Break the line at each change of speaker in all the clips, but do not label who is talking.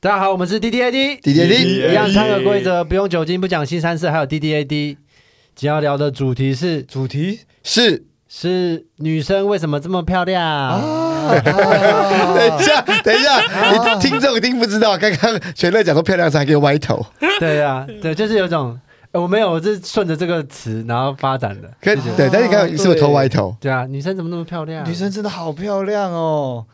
大家好，我们是 D D A D，
滴滴滴，
一样三个规则，不用酒精，不讲新三事，还有 D D A D。今天要聊的主题是主题
是。
是女生为什么这么漂亮？
啊等 一下，等一
啊
下，你听众一定不知道，刚刚全乐讲说漂亮是还可以歪头，
对啊，对，就是有一种、呃我没有，我是顺着这个词然后发展的。
可对，但是
哦
刚刚你是不是头歪头
对啊，女生怎么那么漂亮？
女生真的好漂亮哦！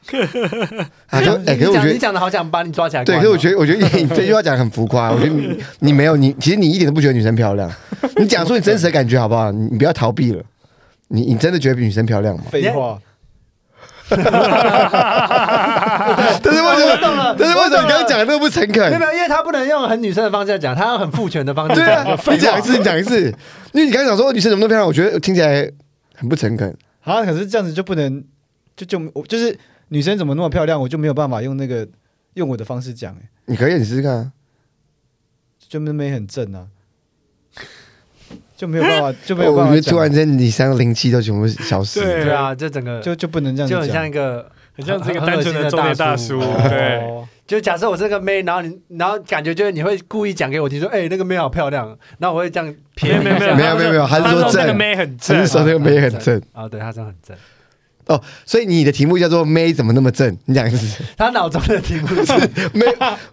啊？就哎，
你
可是我
讲
觉
你
得。
讲的好想把你抓起来关哦。
对，可是我觉得，我觉得你这句话讲得很浮夸。我觉得你你没有你，其实你一点都不觉得女生漂亮。你讲出你真实的感觉好不好？你你不要逃避了。你你真的觉得女生漂亮吗？
废话，
但是为什
我懂
么
了？
但是为什么你刚刚讲的那么不诚恳
没有，？没有，因为她不能用很女生的方式来讲，她要很父权的方式
对
讲。
啊，你讲一次，你讲一次。因为你刚刚讲说女生怎么都漂亮，我觉得听起来很不诚恳。
啊，可是这样子就不能，就就我就是女生怎么那么漂亮，我就没有办法用那个用我的方式讲，哎，
你可以，你试试看啊。
就妹妹很正啊，就没有办 法，就没有
哦我
办
觉
法
得突然
讲，啊
间你三个灵气都全部消失。
对
对啊，这整个
就就不能这样
就
子
很像
讲
一。个
很像这个
很
单纯的中年大叔，
很恶心的大
对，
哦，
就假设我是个妹，然后你，然后感觉就是你会故意讲给我听说，哎、那个妹好漂亮，那我会这样撇你
没
一
有
下
没有没有没有
他
他是说
那个
正
妹很
只
正
是，说那个妹很正
啊、对她真的很正，
哦，所以你的题目叫做“妹怎么那么正”，你讲一次。
她脑中的题目是，
没，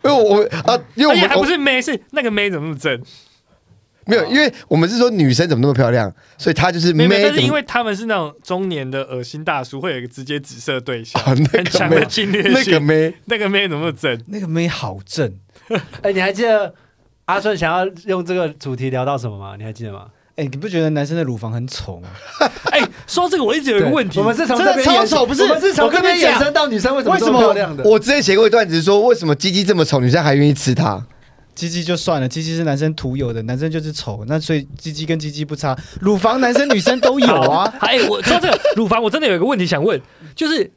因为我们啊，因为我
而
们
且哎还不
我
是妹，是那个妹怎么那么正？
没有，因为我们是说女生怎么那么漂亮，所以她就是
没
妹
有，没有但
怎
是因
么
为他们是那种中年的恶心大叔，会有一个直接紫色对象，
啊那
很
个
强
妹
的侵略
那个
性。
妹，
那个妹怎么那 么正？
那个妹好正，
哎、你还记得阿顺想要用这个主题聊到什么吗？你还记得吗？
哎，你不觉得男生的乳房很丑吗？
哎，说这个我一直有一个问题，。
我们是从
真
这
的
边
超
衍生
丑不是
我们是从
我
这
跟
边
你讲
衍生到女生为什么
为
这
什
么
么
漂亮的。
我之前写过一段子，说为什么鸡鸡这么丑，女生还愿意吃它？
鸡鸡就算了，鸡鸡是男生徒有的，男生就是丑，那所以鸡鸡跟鸡鸡不差，乳房男生女生都有啊
哎，我说这个乳房，我真的有一个问题想问，就是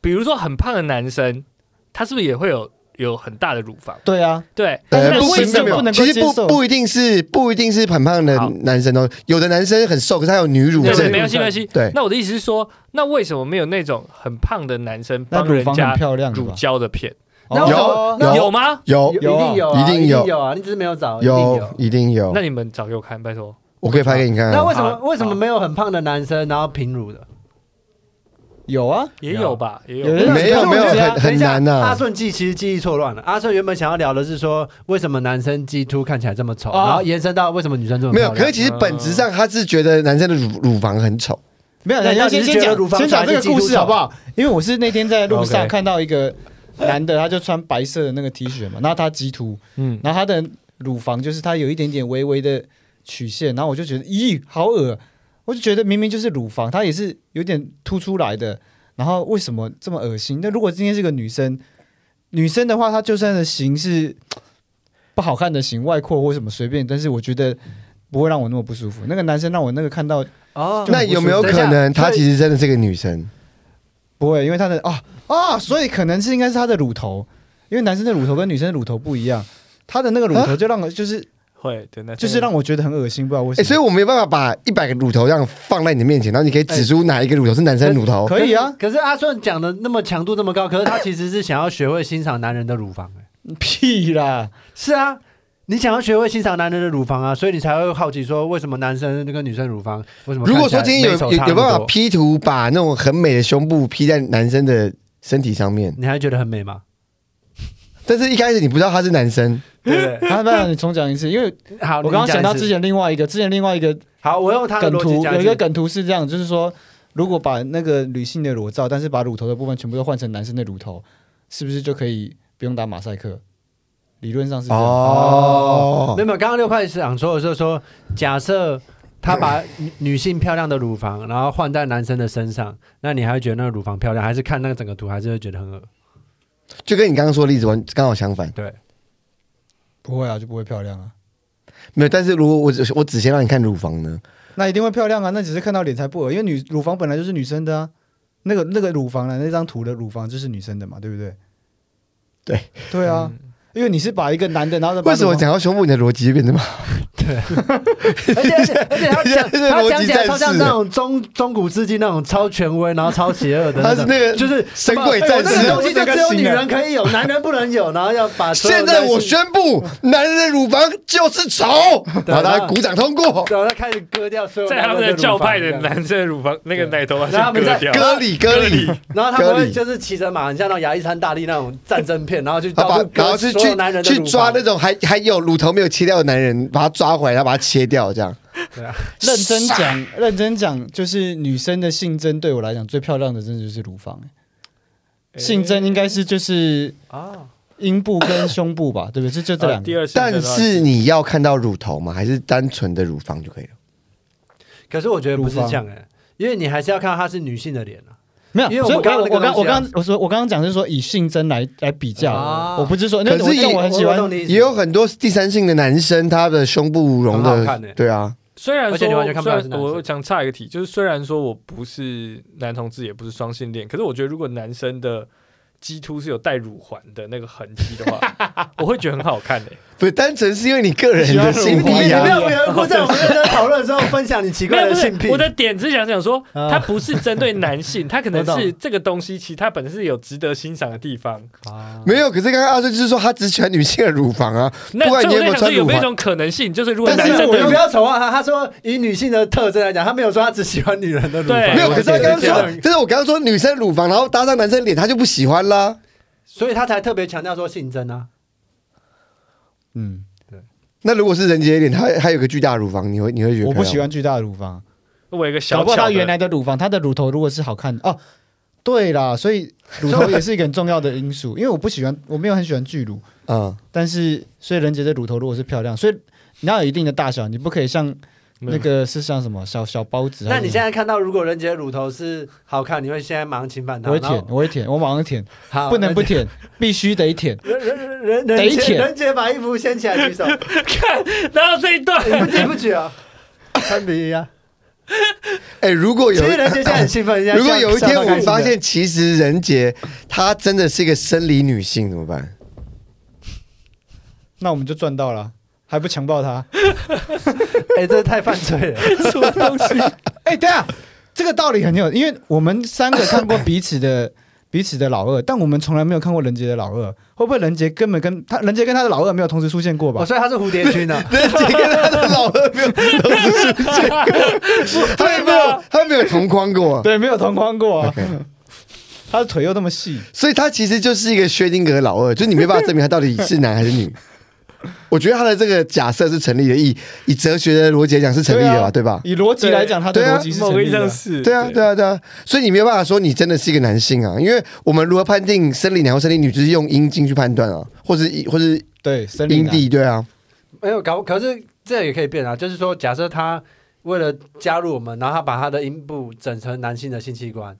比如说很胖的男生，他是不是也会有有很大的乳房？
对啊，
对，
但
呃，
是
那
不
为
行，没
什
有没
么
不
有，
能
其
够
实不
接受
不一定是不一定是很胖的
好
男生哦，有的男生很瘦，可是他有女乳
对对，
症
没。关系没关系。
对
那我的意思是说，那为什么没有那种很胖的男生
那
帮
乳
人
房很
家
漂亮，是
乳
吧？
胶的片？
那
有
哦
有
有吗？
有
有一定有啊，
一定有
有啊，你只是没有找，一定
有
有。
哦一定有
那，你们找给我看，拜托。
我可以拍给你看
那
啊。
为什么
好
为什么没有很胖的男生，然后平乳的？
有啊，
也有吧，也
有
有
人
吧。
没有
可是我觉得
没有很
等一下
很难啊
阿顺记其实记忆错乱了。阿顺原本想要聊的是说，为什么男生 G two 看起来这么丑，
啊
然后延伸到为什么女生这么
没有，
漂
可
亮
是其实本质上他是觉得男生的乳乳房很丑。
没有，
那
你要
到底
先
是
先
觉得
讲
乳房
先
丑还
讲这个
是基督
故事
丑
好不好？因为我是那天在路上
OK
看到一个男的，他就穿白色的那个 T 恤嘛，然后他鸡突，
嗯，
然后他的乳房就是他有一点点微微的曲线，然后我就觉得咦，好恶，我就觉得明明就是乳房，它也是有点凸出来的，然后为什么这么恶心？那如果今天是个女生，女生的话，她就算的型是不好看的型，外扩或什么随便，但是我觉得不会让我那么不舒服。那个男生让我那个看到
哦
就
那
很不
有
舒
没有
服
可能她其实真的是个女生？
不会，因为他的啊啊，所以可能是应该是他的乳头，因为男生的乳头跟女生的乳头不一样，他的那个乳头就让我就是
会对，那
就是让我觉得很恶心，不知道为
哎、
什么。
所以我没有办法把一百个乳头这样放在你的面前，然后你可以指出哪一个乳头是男生的乳头。
可以啊，
可是阿顺讲的那么强度那么高，可是他其实是想要学会欣赏男人的乳房、欸。
屁 啦，
是啊，你想要学会欣赏男人的乳房啊，所以你才会好奇说，为什么男生跟女生乳房为什么看起来
如果说今天有
美丑
有
差
有
那
办
么多
法 P 图把那种很美的胸部 P 在男生的身体上面，
你还觉得很美吗？
但是一开始你不知道他是男生，
对不
那啊那你重讲一次，因为
对？好，
我刚刚
你讲
想
一
到
次
之前另外一个，之前另外一个
好，我用他的
梗
逻辑
图
讲
有
一
一个
次。
梗图是这样，就是说如果把那个女性的裸照，但是把乳头的部分全部都换成男生的乳头，是不是就可以不用打马赛克？理论上是这
哦
样。
哦
没有，没有，刚刚六块想说的是说，假设他把女女性漂亮的乳房，然后换在男生的身上，那你还会觉得那个乳房漂亮，还是看那个整个图，还是会觉得很 恶？
就跟你刚刚说的例子完刚好相反。
对，
不会啊，就不会漂亮啊。
没有，但是如果我只我只先让你看乳房呢，
那一定会漂亮啊，那只是看到脸才不恶，因为女乳房本来就是女生的啊。那个那个乳房呢，那张图的乳房就是女生的嘛，对不对？
对
嗯
对啊，因为你是把一个男的，然后再把
为什么
乳房？
讲到胸部，你的逻辑就变这么？
而且而且而且他讲
这是
他讲起来
逻辑战士
超像那种中中古世纪那种超权威，然后超邪恶的那
他是
种，
那个
就是
神鬼战
哎我这
士啊
个。东西就只有女人可以有，男人不能有，然后要把所有
现在
东西
我宣布，男人的乳房就是丑，
啊
然后大家鼓掌通过。
对，他开始割掉所有
在他们的
的
教派的
人，
男生的乳房那个奶头把
然后他
它
们
割
在
掉，
割礼割礼，
然后他们
割
会
礼
就是骑着马，很像那种亚历山大帝那种战争片，然后去
他
到
把
处
然
割
后去
所有
去
男人的
去
乳房
抓那种还还有乳头没有切掉的男人，把他抓回来，然后把他切掉，这样。
对啊
认真讲，认真讲，就是女生的性征对我来讲最漂亮的，真的就是乳房、欸。性征应该是就是
啊，呃
阴部跟胸部吧，对不对？就就这两
第
个。
二性征
但
的话
是你要看到乳头吗？还是单纯的乳房就可以了？
可是我觉得不是
乳房
这样哎，因为你还是要看到她是女性的脸啊，
没有，
因为我
所以
们
我
刚
刚我
刚那
刚
个
我刚
东
我说我刚刚讲是说以性征来来比较，
啊
我不是说，那
可
我
是也
但我很喜
我
欢
懂你意思
也有很多第三性的男生，他的胸部隆
很好看欸
的，对啊，
虽
而
然
且
说，
你完全看不
虽
出来
然
是男生
我讲差一个题，就是虽然说我不是男同志，也不是双性恋，可是我觉得如果男生的鸡突是有带乳环的那个痕迹 的话，我会觉得很好看的、欸
不是单纯是因为你个人的啊性
你
癖
你没
哎呀。
有没有在我们认真讨论的时候分享你奇
没
怪
有，
的
不
性癖
是，我的点是想讲说，
啊
它不是针对男性，它可能
我
是
懂
这个东西，其实它本身是有值得欣赏的地方。
啊
没有，可是刚刚阿顺就是说他只喜欢女性的乳房啊，
那
不管
所
你
以
有没有
我在想说，
穿
有
乳
没有一
环，
种可能性，就是如果
但
男
是
生
我
的
又
乳
不要丑化他，他说以女性的特征来讲，他没有说他只喜欢女人的乳
对
房，
没有。可是他
哎我
刚刚
觉得
说
这，样
就是我刚刚说女生乳房，然后搭上男生脸，他就不喜欢啦。
所以他才特别强调说性征啊。
嗯，
那如果是人杰脸，他还有个巨大的乳房，你会你会觉得
我不
漂亮
喜
吗
欢巨大的乳房，
我有一个
搞
小
不好
巧
他
的
原来的乳房，他的乳头如果是好看的哦，对啦，所以乳头也是一个很重要的因素，因为我不喜欢，我没有很喜欢巨乳，
嗯，
但是所以人杰的乳头如果是漂亮，所以你要有一定的大小，你不可以像那个是像什么小小包子还
那
是什么。啊
你现在看到，如果人杰乳头是好看，你会现在马上侵犯他？
我会
然后
舔，我会舔，我马上舔，
好，
不能不舔，必须得舔。
人人人
得
人杰
舔
人杰把衣服掀起来举手，你
看，然后这一 段
不举不举啊？三比一啊！
哎、如果
其
有
实人杰现在很兴奋，现在
如果有一
笑
天
笑
我
到开
们
心
发
的
现，其实任杰她真的是一个生理女性， 怎么办？
那我们就赚到了，还不强暴他？
哎，这太犯罪了。
什么东西？
哎、对啊，这个道理很有，因为我们三个看过彼此的彼此的老二，但我们从来没有看过人杰的老二。会不会人杰根本跟他人杰跟他的老二没有同时出现过吧
哦，？所以他是蝴蝶君呢？
任杰跟她的老二没有同时出现过，他们没有他们没有同框过，
对，没有同框过、啊
OK。
他的腿又那么细，
所以她其实就是一个薛定谔的老二，就是你没办法证明她到底是男还是 女。我觉得她的这个假设是成立的，以以哲学的逻辑来讲是成立的吧，
啊
对吧？
以逻辑来讲，他的
对啊
逻辑是
某
成
个
立
意义
的
上
啊。
是
对啊，对啊，对啊，所以你没有办法说你真的是一个男性啊，因为我们如何判定生理男或生理女，就是用阴茎去判断啊，或是或是
对，森林
阴
啊
蒂，对啊，
没有搞，可是这也可以变啊。就是说，假设他为了加入我们，然后他把他的阴部整成男性的性器官，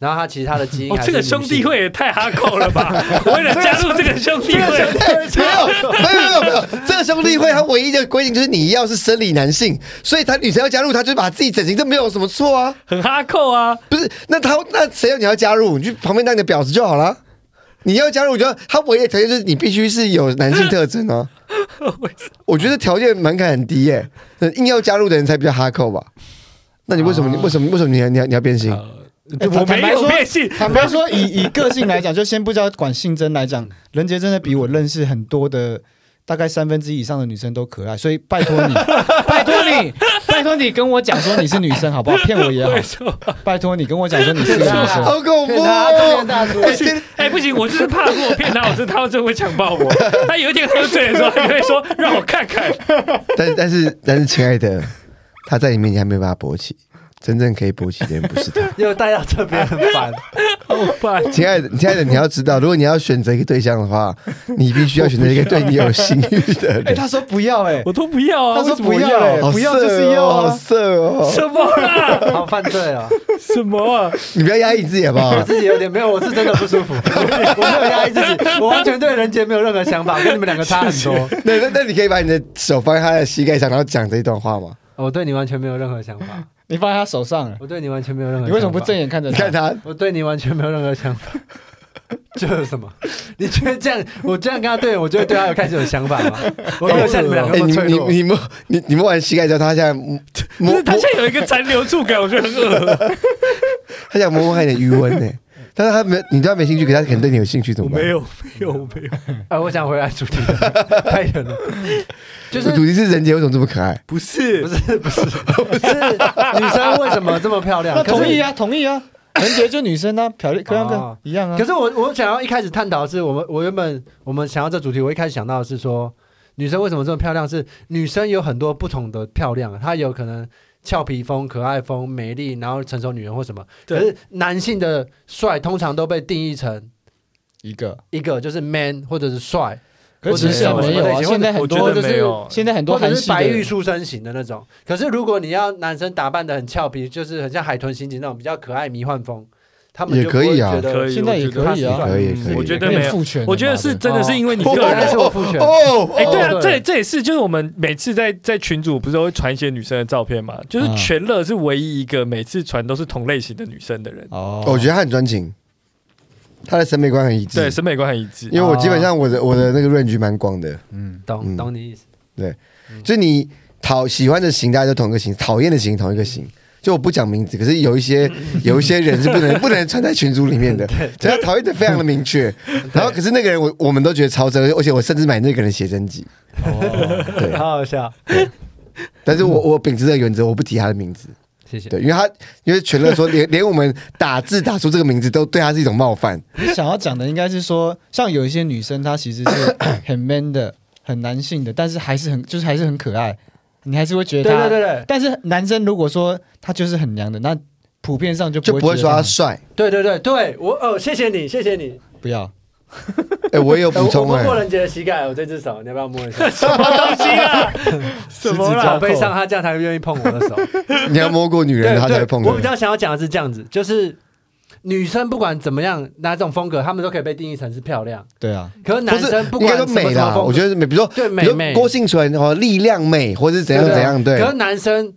然后他其实他的基因
哦，
还是
这个
女性
兄弟会也太哈扣了吧！ 为了加入这个兄弟会，
没有，没有，没有，没有。这个兄弟会他唯一的规定就是你要是生理男性，所以他女生要加入，他就把自己整形，这没有什么错啊。
很哈扣啊！
不是，那他那谁要你要加入？你去旁边当你的婊子就好了。你要加入，我觉得他唯一的条件就是你必须是有男性特征啊。我觉得条件门槛很低耶、硬要加入的人才比较哈扣吧。那你为什么？你为什么？为什么你要你要你要变性？
哎
我
坦
没
白
有
说
变性，
坦白说，以以个性来讲，就先不叫管性征来讲，任杰真的比我认识很多的大概三分之一以上的女生都可爱，所以拜托你，拜托你，拜托你跟我讲说你是女生好不好？骗我也好
为，什么？
拜托你跟我讲说你是女生。
好恐怖、
骗他这边
哦！
大叔，
哎真的
哎、不行，我就是怕，如果骗他，我真他真的会强暴我。他有一天喝醉的时候，他就会说让我看看。
但但是但是，亲爱的，他在你面前还没有办法勃起，真正可以勃起的人不是他。
又带到这边很烦。
好烦，
亲爱的，亲爱的，你要知道，如果你要选择一个对象的话，你必须要选择一个对你有性欲的
哎，
人。
他说不要哎、
我都不要啊！
他说
为什么
不要 哎
好
不要
色
就是要
哦
啊
好色哦！
什么啦？
好犯罪啊！
什么啊？
你不要压抑自己好不
我
好？
自己有点没有，我是真的不舒 服，我没有压抑自己，我完全对人杰没有任何想法，跟你们两个差很多。
那那那你可以把你的手放在他的膝盖上，然后讲这一段话吗？
我对你完全没有任何想法，
你放在他手上了，啊
我对你完全没有任何想法。
你为什么不正眼看着
你
他？
看他，
我对你完全没有任何想法。 这有什么？你觉得这样，我这样跟他对，我就会对他有开始有想法吗？我没有像你们两个
哎、
那么
你
脆
你
弱。
你摸你你摸完膝盖之后，他现在摸
不
摸
是，他现在有一个残留触感，我觉得很恶。
他想摸摸看你的余温呢、但是他没，你对他没兴趣，可是他可能对你有兴趣，怎
我
么办？
没有，没 有，我没有。
哎，我想回来主题了，太远了。 就是
主题是人杰为什么这么可爱？
不是，
不是不是不是女生为什么这么漂亮？
那
可是
同意啊，同意啊，人杰就女生啊，漂亮，漂亮
哦
跟一样啊。
可是我我想要一开始探讨的是我们我原本我们想要这主题，我一开始想到的是说女生为什么这么漂亮？是女生有很多不同的漂亮，她有可能俏皮风、可爱风、美丽，然后成熟女人或什么。可
对
是男性的帅通常都被定义成
一个，
一个就是 man 或者是帅，
可
我
是其实也
觉得
没有
我
啊，
觉得
现在很
我觉
多
得没有。啊
现在很多
或者
韩
是
系的
白玉书生型的那种。可是如果你要男生打扮的很俏皮，就是很像海豚刑警那种比较可爱迷幻风，他们
也
就不
可以
会
啊
觉得
可以，
现在也
我觉得
可以啊
他是
可以
嗯
可以
我觉
有
得没
点
有，
父权的嘛，
我觉得是真的是因为你
哦
个
原来
人
是。我父权。
哦，
哎，对啊，
哦
这
对
这也是，就是我们每次在在群组不是都会传一些女生的照片嘛？就是
嗯
全乐是唯一一个每次传都是同类型的女生的人，
哦，
我 觉得他很专情，他的审美观很一致。
对，审美观很一致。
因为我基本上我的我的那个 range 蛮广的，
嗯，
懂
嗯
懂你意思，
就你讨喜欢的型，大家都同一个型；讨厌的型同一个型。就我不讲名字，可是有一些有一些人是不能不能穿在群组里面的，所以他讨厌的非常的明确。然后可是那个人我我们都觉得超真，而且我甚至买那个人写真集。
哦
对，
好好笑，
但是我我秉持这个原则，我不提他的名字。
谢谢。
对，因为他因为全乐说连连我们打字打出这个名字都对他是一种冒犯。
你想要讲的应该是说，像有一些女生她其实是很 man 的，很男性的，但是还是很就是还是很可爱，你还是会觉得
对
她。
对对对
但是男生如果说他就是很娘的，那普遍上就
就不
不
会
会
说他
觉得
帅。
对对对对，我哦，谢谢你，谢谢你。
他不要。
哎、我也有
呃
补
我我
充哎、
摸过人杰的膝盖，我这只手，你要不要摸一下？
什么东西 啊？
十
什么
指
好
啦
交？
悲伤，他这样才愿意碰我的手。
你要摸过女人，他才会
对
碰
对，我比
人。
较想要讲的是这样子，就是女生不管怎么样，哪种风格，她们都可以被定义成是漂亮。
对啊，
可是
不
男
是
生不
应
管什
该说
么
美
什么
啦，
风
我
格，
觉得美，比如说
对
比
美
如
美
说郭幸存哦，力量美，或是怎样
对对啊
怎样，对
可是男生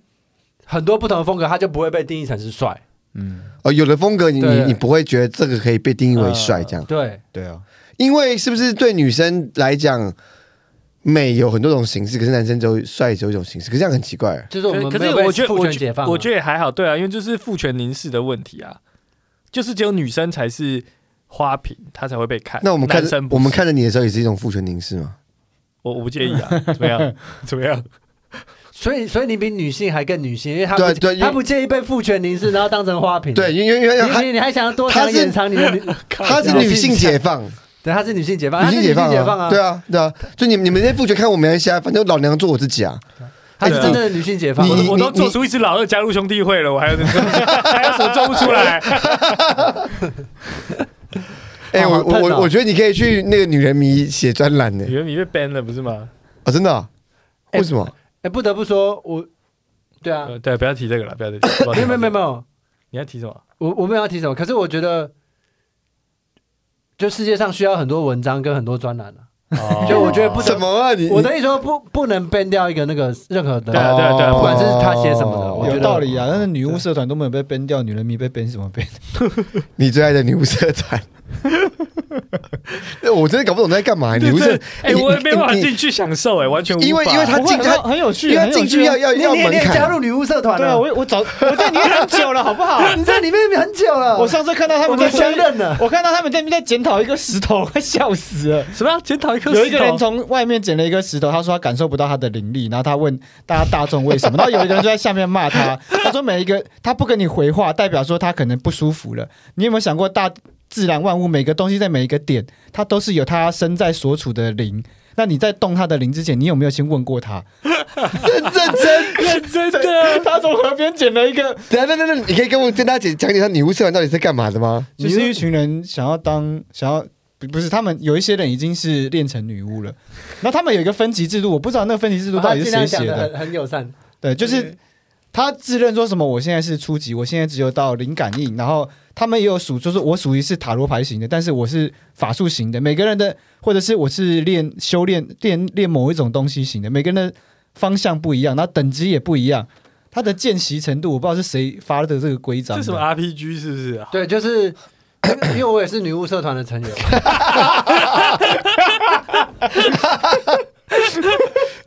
很多不同的风格，他就不会被定义成是帅。
嗯，
哦，有的风格你
对
你你不会觉得这个可以被定义为帅这样，
嗯对，
对啊，
因为是不是对女生来讲，美有很多种形式，可是男生只有帅只有一种形式，可是这样很奇怪。
就是我们
可
没
是
有被
我觉得，
父
我
权
觉
解放
得
啊。
我觉得也还好，对啊，因为就是父权凝视的问题啊，就是只有女生才是花瓶，她才会被看。
那我们看
男生不
我
是
们，看着你的时候，也是一种父权凝视嘛？
我我不介意啊，怎么样？怎么样？
所以所以你比女性还更女性，因为她
对
不
对因为
她不介意被父权凝视，然后当成花瓶。
对，因为因为
你，
他
你你还想要多
她
想
是
掩藏你的女，
他是女性解放，
对，她是女性解放，
女
她是
性
女性
解放
解放
啊，
啊，
对啊对啊，就你你们这些父权看我没关系啊，反正老娘做我自己啊。
她是真正的女性解放。
你
我我都
你
做出一只老二加入兄弟会了，我还有 还有什么做不出 来？
哎、
哦好
我
好
我
探讨
我我觉得你可以去那个女人迷写专栏呢
你。们你被 ban 了不是吗？
哦，真的啊、
哎
为什么？
哎，不得不说，我对啊，
呃，对，不要提这个了，不要提这个。
没有没有没有
有，
没有，
你要提什么？
我我没有要提什么，可是我觉得，就世界上需要很多文章跟很多专栏啊。就我觉
哦
得不
哦什么啊？你哦
我的意思说不不能 ban 掉一个那个任何
对啊
的，
对啊对啊
不管是他写什么的我觉
有
得
道理啊。但是女巫社团都没有被 ban 掉，女人迷被 ban 什么 ban？
你最爱的女巫社团。那 我真的搞不懂在干 嘛、女巫社，
哎，
你
我也没办法
你
进去享受，哎，完全无法。
因为因为他
不会
进他
很很有趣，
因为
很
他
有
进
趣
去
啊
要要
你
要
你
门
你也加
槛。
入女巫社团
对啊，
了，
我我早我在里面很久了，好不好？
你在里面很久了，
我上次看到他
我
们
们
在
相认了。
我看到他们在那边在检讨一个石头，快笑死了。
什么要检讨一颗
有一个
石头
人从外面捡了一个石头，他说他感受不到他的灵力，然后他问大家大众为 什么，然后有一个人就在下面骂他，他说每一个他不跟你回话，代表说他可能不舒服了。你有没有想过大自然万物每个东西在每一个点，它都是有它身在所处的灵。那你在动它的灵之前，你有没有先问过他？
认真，
认真的，
他从河边捡了一个，
等一下等一下等一下，你可以跟我跟大家讲讲解他女巫社团到底是干嘛的吗？
就是一群人想要当想要不不是他们有一些人已经是练成女巫了， 那他们有一个分级制度，我不知道那个分级制度到
他
底
尽
是
量
谁
讲
写
的
的。
很很友善，
对，就是他自认说什么我现在是初级，我现在只有到灵感印，然后他们也有数，就是我属于是塔罗牌型的，但是我是法术型的，每个人的或者是我是练修炼练练某一种东西型的，每个人的方向不一样，然后等级也不一样，他的见习程度我不知道是谁发的这个规章
这
的，
什么 RPG 是不是啊？
对，就是因为我也是女巫社团的成员，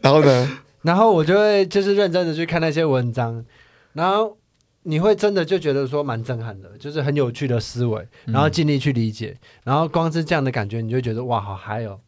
然后呢，
然后我就会就是认真的去看那些文章，然后你会真的就觉得说蛮震撼的，就是很有趣的思维，
嗯
然后尽力去理解，然后光是这样的感觉，你就会觉得哇，好嗨哦，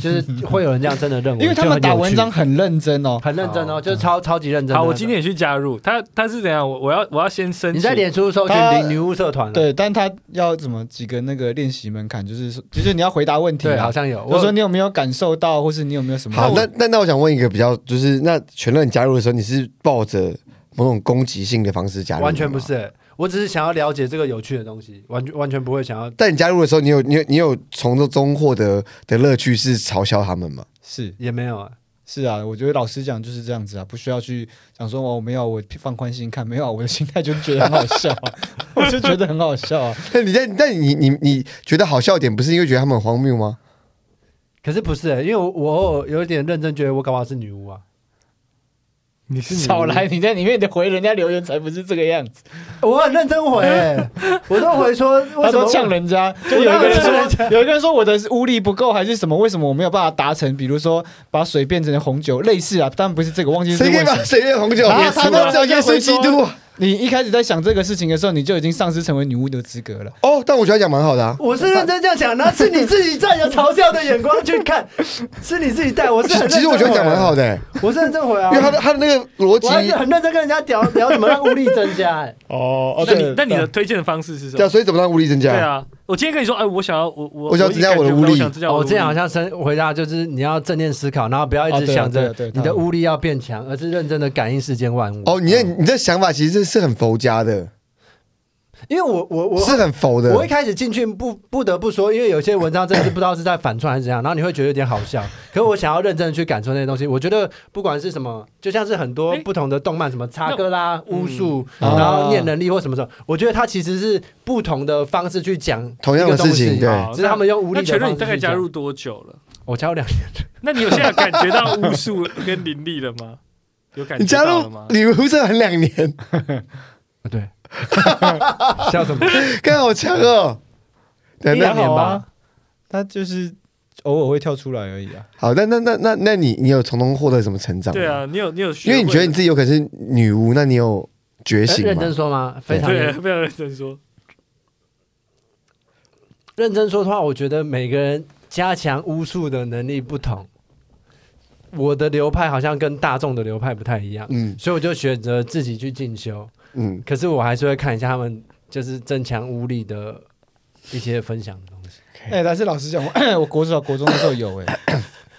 就是会有人这样真的认为，
因为他
就
们
很有
打文
趣
章很认真哦。
很认真哦，就是超超级认真的那
好，
种。
我今天也去加入他，他是怎样？我我要我要先申请。
你在脸书搜寻
他
女女巫社团了，
对，但他要怎么几个那个练习门槛，就是说就是你要回答问题
对，好
啊。
像有。
我
我
说你有没有感受到，或是你有没有什么？
好，那那那我想问一个比较，就是那全乐你加入的时候，你是抱着某种攻击性的方式加入？
完全不。是，我只是想要了解这个有趣的东西，完全完全不会想要。
但你加入的时候，你有你有你有从中获得的乐趣是嘲笑他们吗？
是
也没有啊，
是啊，我觉得老实讲就是这样子啊，不需要去讲说哦，没有，我放宽心看，没有啊，我的心态就觉得很好笑 啊、我就觉得很好笑啊。
但你在但你你你觉得好笑点，不是因为觉得他们很荒谬吗？
可是不是、因为我我偶尔有点认真觉得我搞不好是女巫啊。
你是女巫
少来，你在里面的回人家留言才不是这个样子。
我很认真回、 我都回说为
他
什么
说呛人家，就有一个人
我哪有呛
啊说，有一个人说我的巫力不够还是什么？为什么我没有办法达成？比如说把水变成红酒，类似啊，但不是这个，忘记是
谁
为
可以
什
把
么。
谁变红酒？
然后
他
他
们
们
只有耶稣基督啊。
你一开始在想这个事情的时候，你就已经丧失成为女巫的资格了。
哦，但我觉得他讲蛮好的啊。
我是认真这样讲，那是你自己带着嘲笑的眼光去 看，是你自己带。我是很
其实我觉得他讲蛮好
的，
的、欸，
我是认真回啊
因为，他的他的那个逻
我还是
辑，
很认真跟人家聊聊怎么让巫力增 加、哎，
哦
那你那你的推荐的方式是什
对啊，
么？
所以怎么让无力增加？
对啊，我今天跟你说，哎，我想要我我
我想要增加我的
有感觉
巫力哦
我想增加
哦，
我
我
的
之前好
巫力
像生回答就是你要正念思考，然后不要一
啊
直
对啊
想
对
着
啊对啊
你的
当然
物力要变强，而是认真的感应世间万物。
哦，你的你的想法其实是很佛家的，
因为我我我
是啊很佛的。
我一开始进去不不得不说，因为有些文章真的是不知道是在反串还是怎样，然后你会觉得有点好笑。可是我想要认真地去感受那些东西，我觉得不管是什么，就像是很多
诶
不同的动漫，什么查哥拉、巫术，
嗯
然后
啊
念能力或什么什么，我觉得它其实是不同的方式去讲
同样的
一个东
事情
西啊
对
好
只是他们用无
那
力
全
的方
瑞，
式
你大概
去
加
讲
入多久了？
我加入两 年，
那你有现在感觉到巫术跟灵力了吗？有感
你
觉
加
到了
入
吗？
你不是很两年，
啊对， 笑什么？
看好强哦。对，
还
那
年吧
好啊，他就是偶尔会跳出来而已啊。
好，那那那那那你你有从中获得什么成长？
对，啊，你有你有学
因
会，
为你觉得你自己有可能是女巫，那你有觉醒
呃认
吗
真？说吗？非常
对，非常认真说，
认真说的话，我觉得每个人加强巫术的能力不同。我的流派好像跟大众的流派不太一样，
嗯
所以我就选择自己去进修。
嗯，
可是我还是会看一下他们就是增强巫力的一些分享的东西。
哎，但是老实讲，我 我国小国中的时候有哎，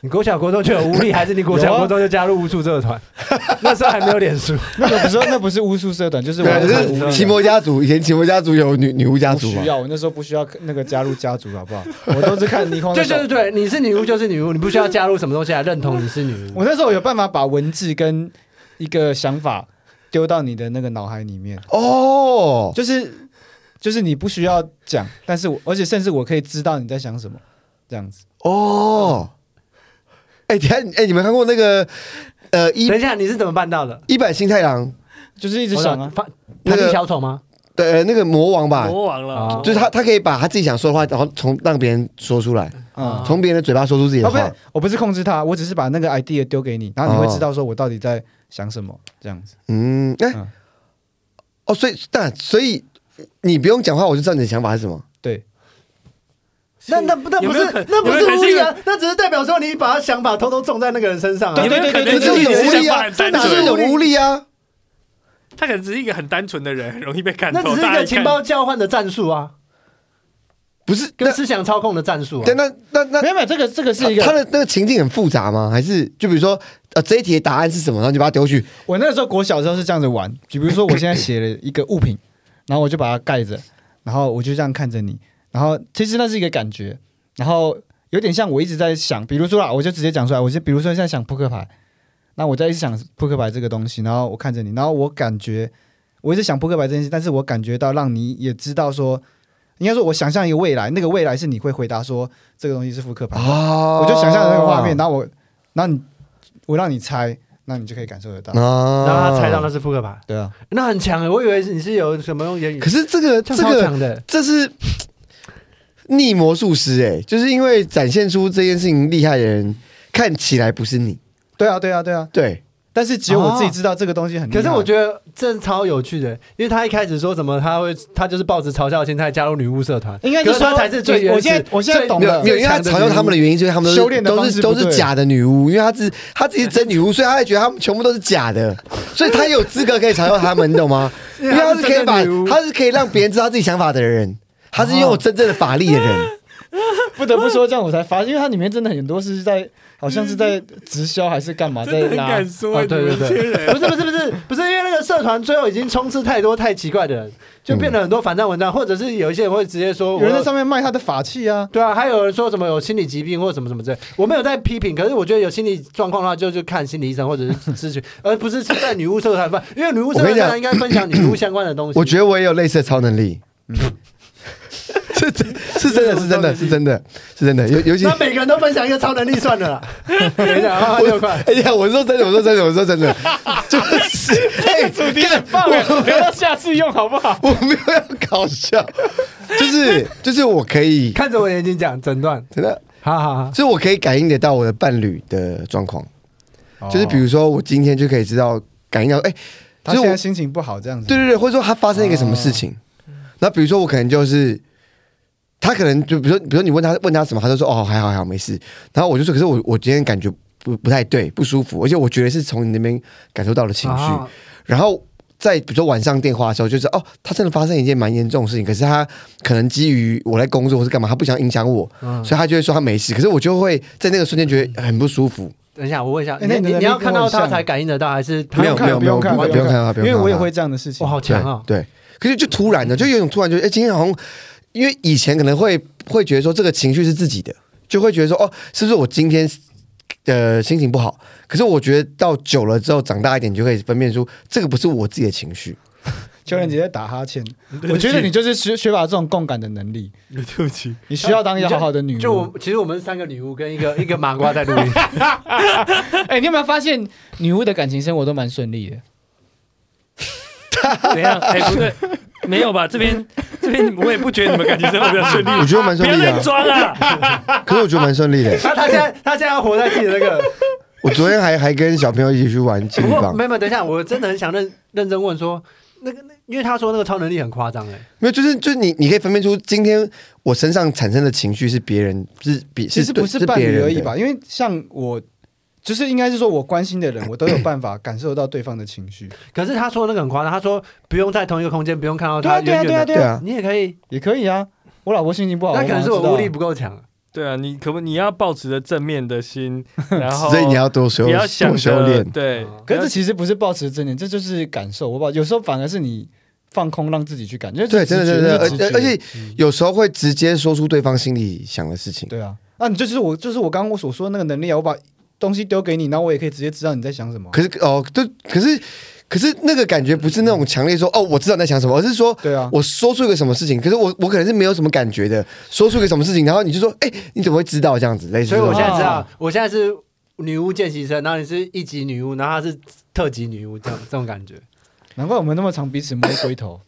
你国小国中就有巫力，还是你国
有
小
啊
国中就加入巫术社团？ 那时候还没有脸书，
那个不是那不是巫术社团，就是我
对，啊
那
就
个
是奇摩家族，以前奇摩家族有女女巫家
不
族嘛
需，要，我那时候不需要那个加入家族，好不好？我都是看倪匡那
对
时候。
对对对，你是女巫就是女巫，你不需要加入什么东西来认同你是女巫。
我那时候有办法把文字跟一个想法丢到你的那个脑海里面，
哦，
就是就是你不需要讲，但是我而且甚至我可以知道你在想什么，这样子。
哦，哎、等一下，哎、你们看过那个呃一
等一下，你是怎么办到的？
一百新太郎
就是一直想
我
啊，
发
那
他
个
是小丑吗？
的、呃、那个魔王吧？
魔王了
啊，
就是他，他可以把他自己想说的话，然后从让别人说出来，
嗯，
从别人的嘴巴说出自己
哦，
的
不
话。
是，我不是控制他，我只是把那个 idea 丢给你，然后你
哦
会知道说我到底在想什么，这样子。
嗯，哎、
嗯
哦，所以但所以你不用讲话，我就知道你的想法是什么。
对，
那那不那
有
不
没有可
是那不
有没有可
是
能
无
是一
力
个
啊，那只是代表说你把他想法偷偷种在那个人身上啊
你。
对
们可能
可是
自己
有
只
无
是
力
想法
啊，
很单
哪是有
纯，
无力啊？
他可能只是一个很单纯的人，很容易被看
那
透。
只是一
大家
个情
看
报交换的战术啊，
不是，那
跟思想操控的战术啊
对，。那那那啊
没有没有，这个这个是一
他
个，
的那个情境很复杂吗？还是就比如说呃这一题的答案是什么，然后你把它丢去，
我那个时候国小的时候是这样子玩，就比如说我现在写了一个物品，然后我就把它盖着，然后我就这样看着你，然后其实那是一个感觉，然后有点像我一直在想，比如说啊啦，我就直接讲出来，我就比如说现在想扑克牌，那我在一直想扑克牌这个东西，然后我看着你，然后我感觉我一直想扑克牌这件事，但是我感觉到让你也知道说，应该说我想象一个未来，那个未来是你会回答说这个东西是扑克牌，
啊
我就想象那个画面，然后我，然后你我让你猜，那你就可以感受得到，
啊
然后他猜到那是扑克牌，
对啊。
那很强欸我以为你是有什么用言语，
可是这个
这
这
样超
个
强的。
这是逆魔术师、哎，就是因为展现出这件事情厉害的人看起来不是你，
对啊，对啊，对啊。
对，
但是只有我自己知道这个东西很厉害。
可是我觉得这超有趣的，因为他一开始说什么他会，他就是抱着嘲笑的心态加入女巫社团，
应该
可
就是是
他
说
才是最
对我
原始
现在我现在
最
懂
没
了
有没有，因为他嘲笑他们的原因，就是他们都
修
是
炼的
都
方
是
式
都
不
是
对
假的女巫，因为他自他自己是真女巫，所以他也觉得他们全部都是假的，所以他有资格可以嘲笑他们，你懂吗？因为他是可以
真的
把
女巫
他是可以让别人知道自己想法的人，他是拥有真正的法力的人，
不得不说，这样我才发现，因为它里面真的很多是在，好像是在直销还是干嘛，在
真的很
拉
敢。说、
哦对对对 不是
你们这些人
不是不是不是，因为那个社团最后已经充斥太多太奇怪的人，就变
嗯
得很多反战文章，或者是有一些人会直接说
有
我
人在上面卖他的法器啊，
对啊，还有人说什么有心理疾病或什么什么之类，我没有在批评，可是我觉得有心理状况的话，就去看心理医生或者是咨询，而不是在女巫社团办，因为女巫社
我跟你讲
团应该分享女巫相关的东西。
我觉得我也有类似的超能力。 是真是真的是真的是真的是真的，尤尤其
那每个人都分享一个超能力算 了啦，等一下啊，六块。
哎呀，我说真的，我说真的，我说真的，就是哎，主题很棒
留到下次用好不好？
我没有要搞笑，就是就是我可以
看着我眼睛讲诊断，
真的，
好好好，
就是我可以感应得到我的伴侣的状况，
哦
哦
就是比如说我今天就可以知道感应到，哎、
他
就
现
是我
在心情不好这样子。
对对对，或者说他发生一个什么事情，
嗯
那比如说我可能就是。他可能就比如说，比如说你问他问他什么，他就说哦还好还好没事。然后我就说，可是我我今天感觉不不太对，不舒服，而且我觉得是从你那边感受到的情绪。
啊
然后在比如说晚上电话的时候，就是哦，他真的发生一件蛮严重的事情，可是他可能基于我在工作或是干嘛，他不想影响我，
嗯
所以他就会说他没事。可是我就会在那个瞬间觉得很不舒服。
等一下，我问一下，
哎
你
那你的
你你要看到
那个跟我
他
很像
才感应得到，还是他
不
没有
用
没
看
有
不用
没有
看，
不用看他不用看他
因为我也会这样的事情
哇，。好
对
强啊！
对，可是就突然的，就有一种突然觉得，哎，今天好像因为以前可能会会觉得说这个情绪是自己的，就会觉得说哦，是不是我今天呃心情不好？可是我觉得到久了之后，长大一点，你就可以分辨出这个不是我自己的情绪。
邱仁杰在打哈欠，
对
我觉得你就是缺缺乏这种共感的能力，
对不起，
你需要当一个好好的女巫。
就我，其实我们是三个女巫跟一个 一个麻瓜在录音，
哎，你有没有发现女巫的感情生活都蛮顺利的？
怎样？哎、不 对，没有吧？这边这边我也不觉得你们感情生活比较顺利，
我觉得蛮
不
顺
要
利的
乱
啊、
装 啊！
可是我觉得蛮顺利的、
他他现在他现在要活在自己的那 个。
我昨天还还跟小朋友一起去玩金
不
鱼
过
棒，
没有没有，等一下，我真的很想认认真问说，那个那因为他说那个超能力很夸张哎，
没有，就是就是你你可以分辨出今天我身上产生的情绪是别人是比
其
是
实不
是
是伴
别
侣
人
而已
的
吧？因为像我，就是应该是说我关心的人，我都有办法感受到对方的情绪。
可是他说那个很夸张，他说不用在同一个空间，不用看
哦
到
对
他
啊，对啊，
远
对啊，
远的，
对
对
啊，
啊，
你也可以，
也可以啊。我老婆心情不好，
那可能是我
马上知道
巫力不够强。
对啊，你可不你要保持着正面的心，然后
所以你要多修
哦你要想
多
着
修炼。
对
嗯。
可是这其实不是抱持正念，这就是感受。我把有时候反而是你放空，让自己去感觉。
对，真的真的，
而
而而而且有时候会直接说出对方心里想的事情。
对啊，那你就是我，就是我刚刚我所说的那个能力啊，我把东西丢给你，然后我也可以直接知道你在想什么。
可是哦，对，可是可是那个感觉不是那种强烈说哦，我知道你在想什么，而是说
对啊，
我说出一个什么事情，可是我我可能是没有什么感觉的，说出一个什么事情，然后你就说，哎，你怎么会知道这样子？类似
所
这
以我现
种，
在知道
哦，
我现在是女巫见习生，然后你是一级女巫，然后她是特级女巫，这样这种感觉。
难怪我们那么常彼此摸龟头。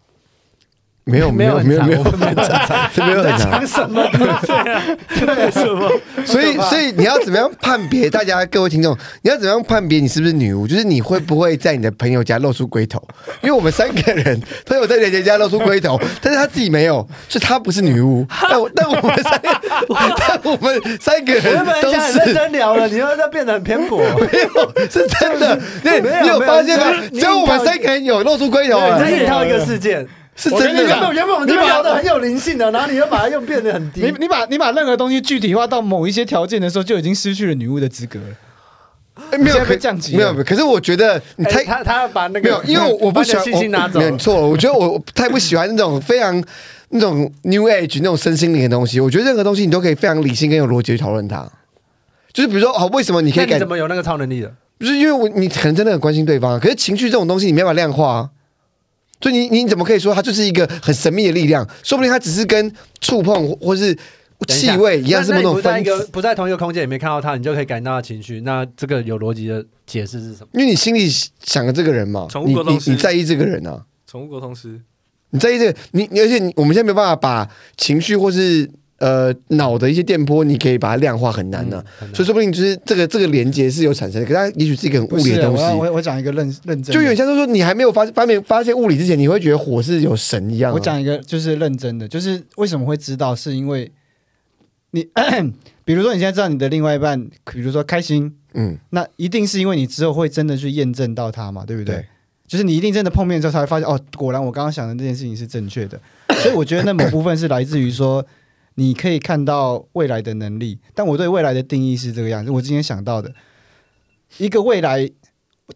没有没有
很
没有
长
没
我，
有
们没有很长
这 没有很难。
讲什么？
为什么？
所以
可，怕
所以你要怎么样判别？大家各位听众，你要怎么样判别你是不是女巫？就是你会不会在你的朋友家露出龟头？因为我们三个人都有在人家家露出龟头，但是他自己没有，所以他不是女巫。但我但我们三个，但我们三个
我原
人
本
都
想很认
是。
真聊了，你又在变得很偏颇。
没有，是真的。你
没有
你有
没有
发现吗
就是？
只有我们三个人有露出龟头啊
对，，这是一套一个事件。
是
我跟
真
你
的
原
对讲
啦。
本原本我们这边聊的很有灵性的，然后你又把它又变得很低
你。你把你把任何东西具体化到某一些条件的时候，就已经失去了女巫的资格了。
哎没有
现在
可
被降级了
没有，没有可是我觉得你
哎
太
他他要把那个
没有，因为我我
把
不
你
喜
的
欢
信心拿走
我。没有，你错了。我觉得我我太不喜欢那种非常那种 New Age 那种身心灵的东西。我觉得任何东西你都可以非常理性跟有逻辑去讨论它。就是比如说，哦，为什么你可
那
以
你
感
怎？么有那个超能力的？
不是因哦为我你可能真的很关心对方，可是情绪这种东西你没办法量化、啊。所以你你怎么可以说它就是一个很神秘的力量？说不定它只是跟触碰或或是气味一样，是
那
某
你
种
不在
分
一
子
个。不在同一个空间里面看到他，你就可以感到他的情绪。那这个有逻辑的解释是什么？
因为你心里想的这个人嘛
宠，物
你
沟通
你
师
你在意这个人啊。
宠物沟通师，
你在意这个，你你而且你我们现在没有办法把情绪或是呃脑的一些电波，你可以把它量化很难呢、啊
嗯
很难
所以说不定就是这个这个连接是有产生的，可它也许是一个很物
不
理
是
的东西
我，要我我讲一个认认真的，
就有点像是说你还没有发发明发现物理之前，你会觉得火是有神一样、啊。
我讲一个就是认真的，就是为什么会知道，是因为你， 比如说你现在知道你的另外一半，比如说开心，
嗯，
那一定是因为你之后会真的去验证到他嘛，对不对？
对
就是你一定真的碰面之后才会发现，哦，果然我刚刚想的这件事情是正确的。 所以我觉得那某部分是来自于说，你可以看到未来的能力。但我对未来的定义是这个样子，我今天想到的一个未来，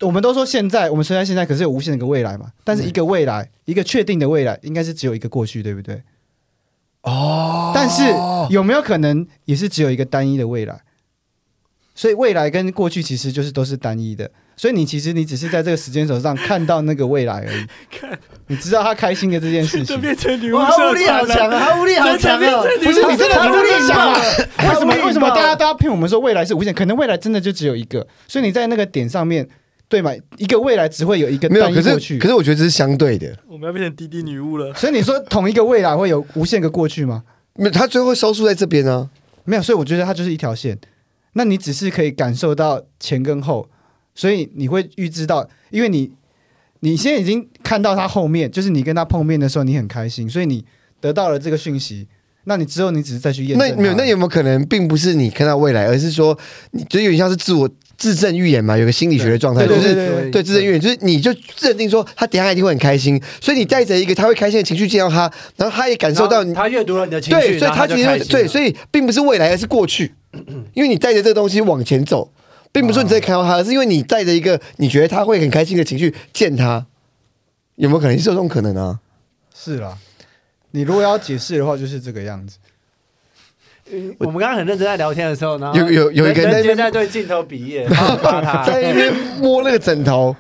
我们都说现在，我们虽然现在可是有无限的一个未来嘛，但是一个未来，一个确定的未来，应该是只有一个过去，对不对？哦，但是有没有可能也是只有一个单一的未来？所以未来跟过去其实就是都是单一的，所以你其实你只是在这个时间轴上看到那个未来而已。你知道他开心的这件事
这
情，
变成女巫
哇，他
社
物力好
团
强
了，
啊，他物力好强啊！
不是你真的
他
你
物
认
力
真想
强
啊？为什么
他不
为什么
硬吧
大家大家骗我们说未来是无限？可能未来真的就只有一个，所以你在那个点上面，对吗？一个未来只会有一个
没有，
单一
可
过
是
去
可。是我觉得这是相对的，
我们要变成滴滴女巫了。
所以你说同一个未来会有无限个过去吗？
没有，它最后收束在这边啊。
没有，所以我觉得它就是一条线。那你只是可以感受到前跟后，所以你会预知到，因为你你现在已经看到他后面，就是你跟他碰面的时候，你很开心，所以你得到了这个讯息。那你之后你只是再去验证
那
它。
没有，那有没有可能并不是你看到未来，而是说你就有点像是自我自证预言嘛？有个心理学的状态，
对
就
对
是
对对
对自证预言，就是你就认定说他等一下一定会很开心，所以你带着一个他会开心的情绪见到他，然后他也感受到你
他阅读了你的情绪，
对，所以
然后他
其
就
实
开
会
心
对，
了
所以并不是未来，而是 过去，因为你带着这个东西往前走，并不是说你
啊
在看到他，而是因为你带着一个你觉得他会很开心的情绪见他，有没有可能是有这种可 能啊？
是啦。你如果要解释的话，就是这个样 子。
我们刚刚很认真在聊天的时候，然后
有有有一个人在那
接
边
在对镜头比耶，然后骂他
在那边摸那个枕头。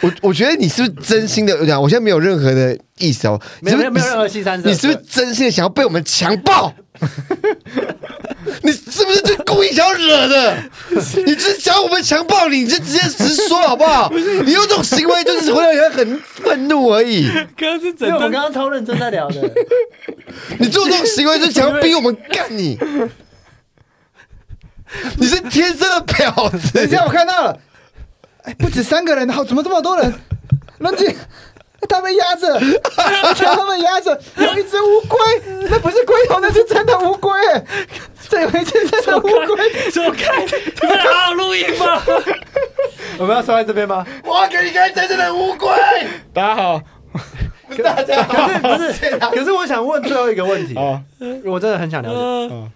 我我觉得你是不是真心的？我讲，我现在没有任何的意思哦。
没有没
你是
有
不
没
是
有任何新三色，
你是不是真心的想要被我们强 暴？你是不是就故意想要惹的？你就是想要我们强暴你，你就直接直说好不好？你用这种行为就是会让人很愤怒而已。
可是
因
整
为我们
个
刚刚超认真在聊的，
你做这种行为就是想要逼我们干你。你是天生的婊
等一
子，
下，我看到了，哎，不止三个人，好，怎么这么 多人？冷姐，他们压着，哎他们压着，有一只乌龟，那不是龟头，那是真的乌龟，哎这有一只真的乌龟。
走 开，你们好好录音吧。
我们要说在这边吗？
我要给你看真正的乌龟。
大家好，
大家好
可是不是？可是我想问最后一个 问题，
哦，
我真的很想了解。
呃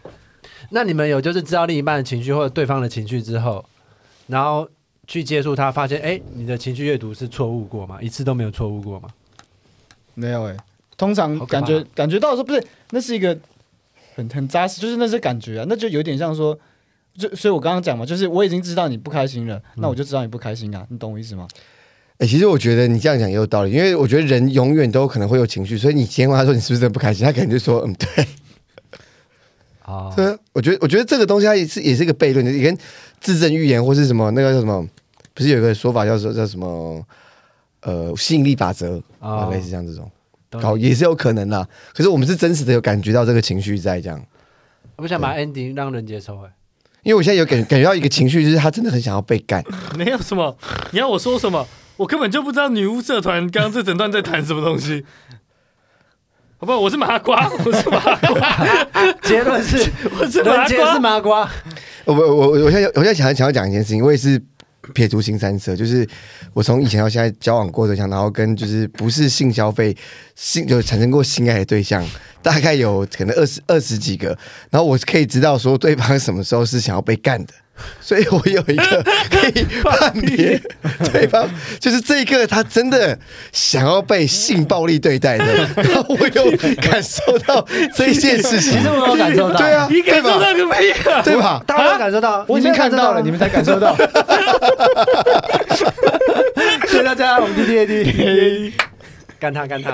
那你们有就是知道另一半的情绪或者对方的情绪之后，然后去接触他，发现哎、诶你的情绪阅读是错误过吗？一次都没有错误过吗？
没有哎，通常
好可怕
感觉感觉到说不是，那是一个很很扎实，就是那是感觉啊，那就有点像说。就所以，我刚刚讲嘛，就是我已经知道你不开心了，那我就知道你不开心啊，你懂我意思吗？
哎、其实我觉得你这样讲也有道理，因为我觉得人永远都有可能会有情绪，所以你今天问他说你是不是真的不开心，他可能就说嗯对。
哦，
对啊，我觉得我觉得这个东西它也是也是一个悖论，你跟自证预言或是什么那个叫什么，不是有一个说法叫做叫什么呃吸引力法则啊，
哦
类似像这种，
懂
搞也是有可能啦。可是我们是真实的有感觉到这个情绪在这样，
我不想把 ending 让人接收哎、
因为我现在有感感觉到一个情绪，就是他真的很想要被干。
没有什么，你要我说什么？我根本就不知道女巫社团刚刚这整段在谈什么东西。好不好？我是麻瓜，我是麻瓜，
结论 是，
我是麻
人杰是
瓜。
麻瓜，
我我我我现在我现在想要想要讲一件事情，我也是撇除新三色，就是我从以前到现在交往过对象，然后跟就是不是性消费性有产生过性爱的对象，大概有可能二十二十几个，然后我可以知道说对方什么时候是想要被干的。所以我有一个可 以判别对方，就是这一个他真的想要被性暴力对待的，然后我有感受到这件事情。
其实我有感受到
对啊，
你感
对
受
吧？
到个屁啊！
对吧？
大家都感受到，
啊我已经看到了，你们才感受到。
谢谢大家，我们 D D A D，干他干他。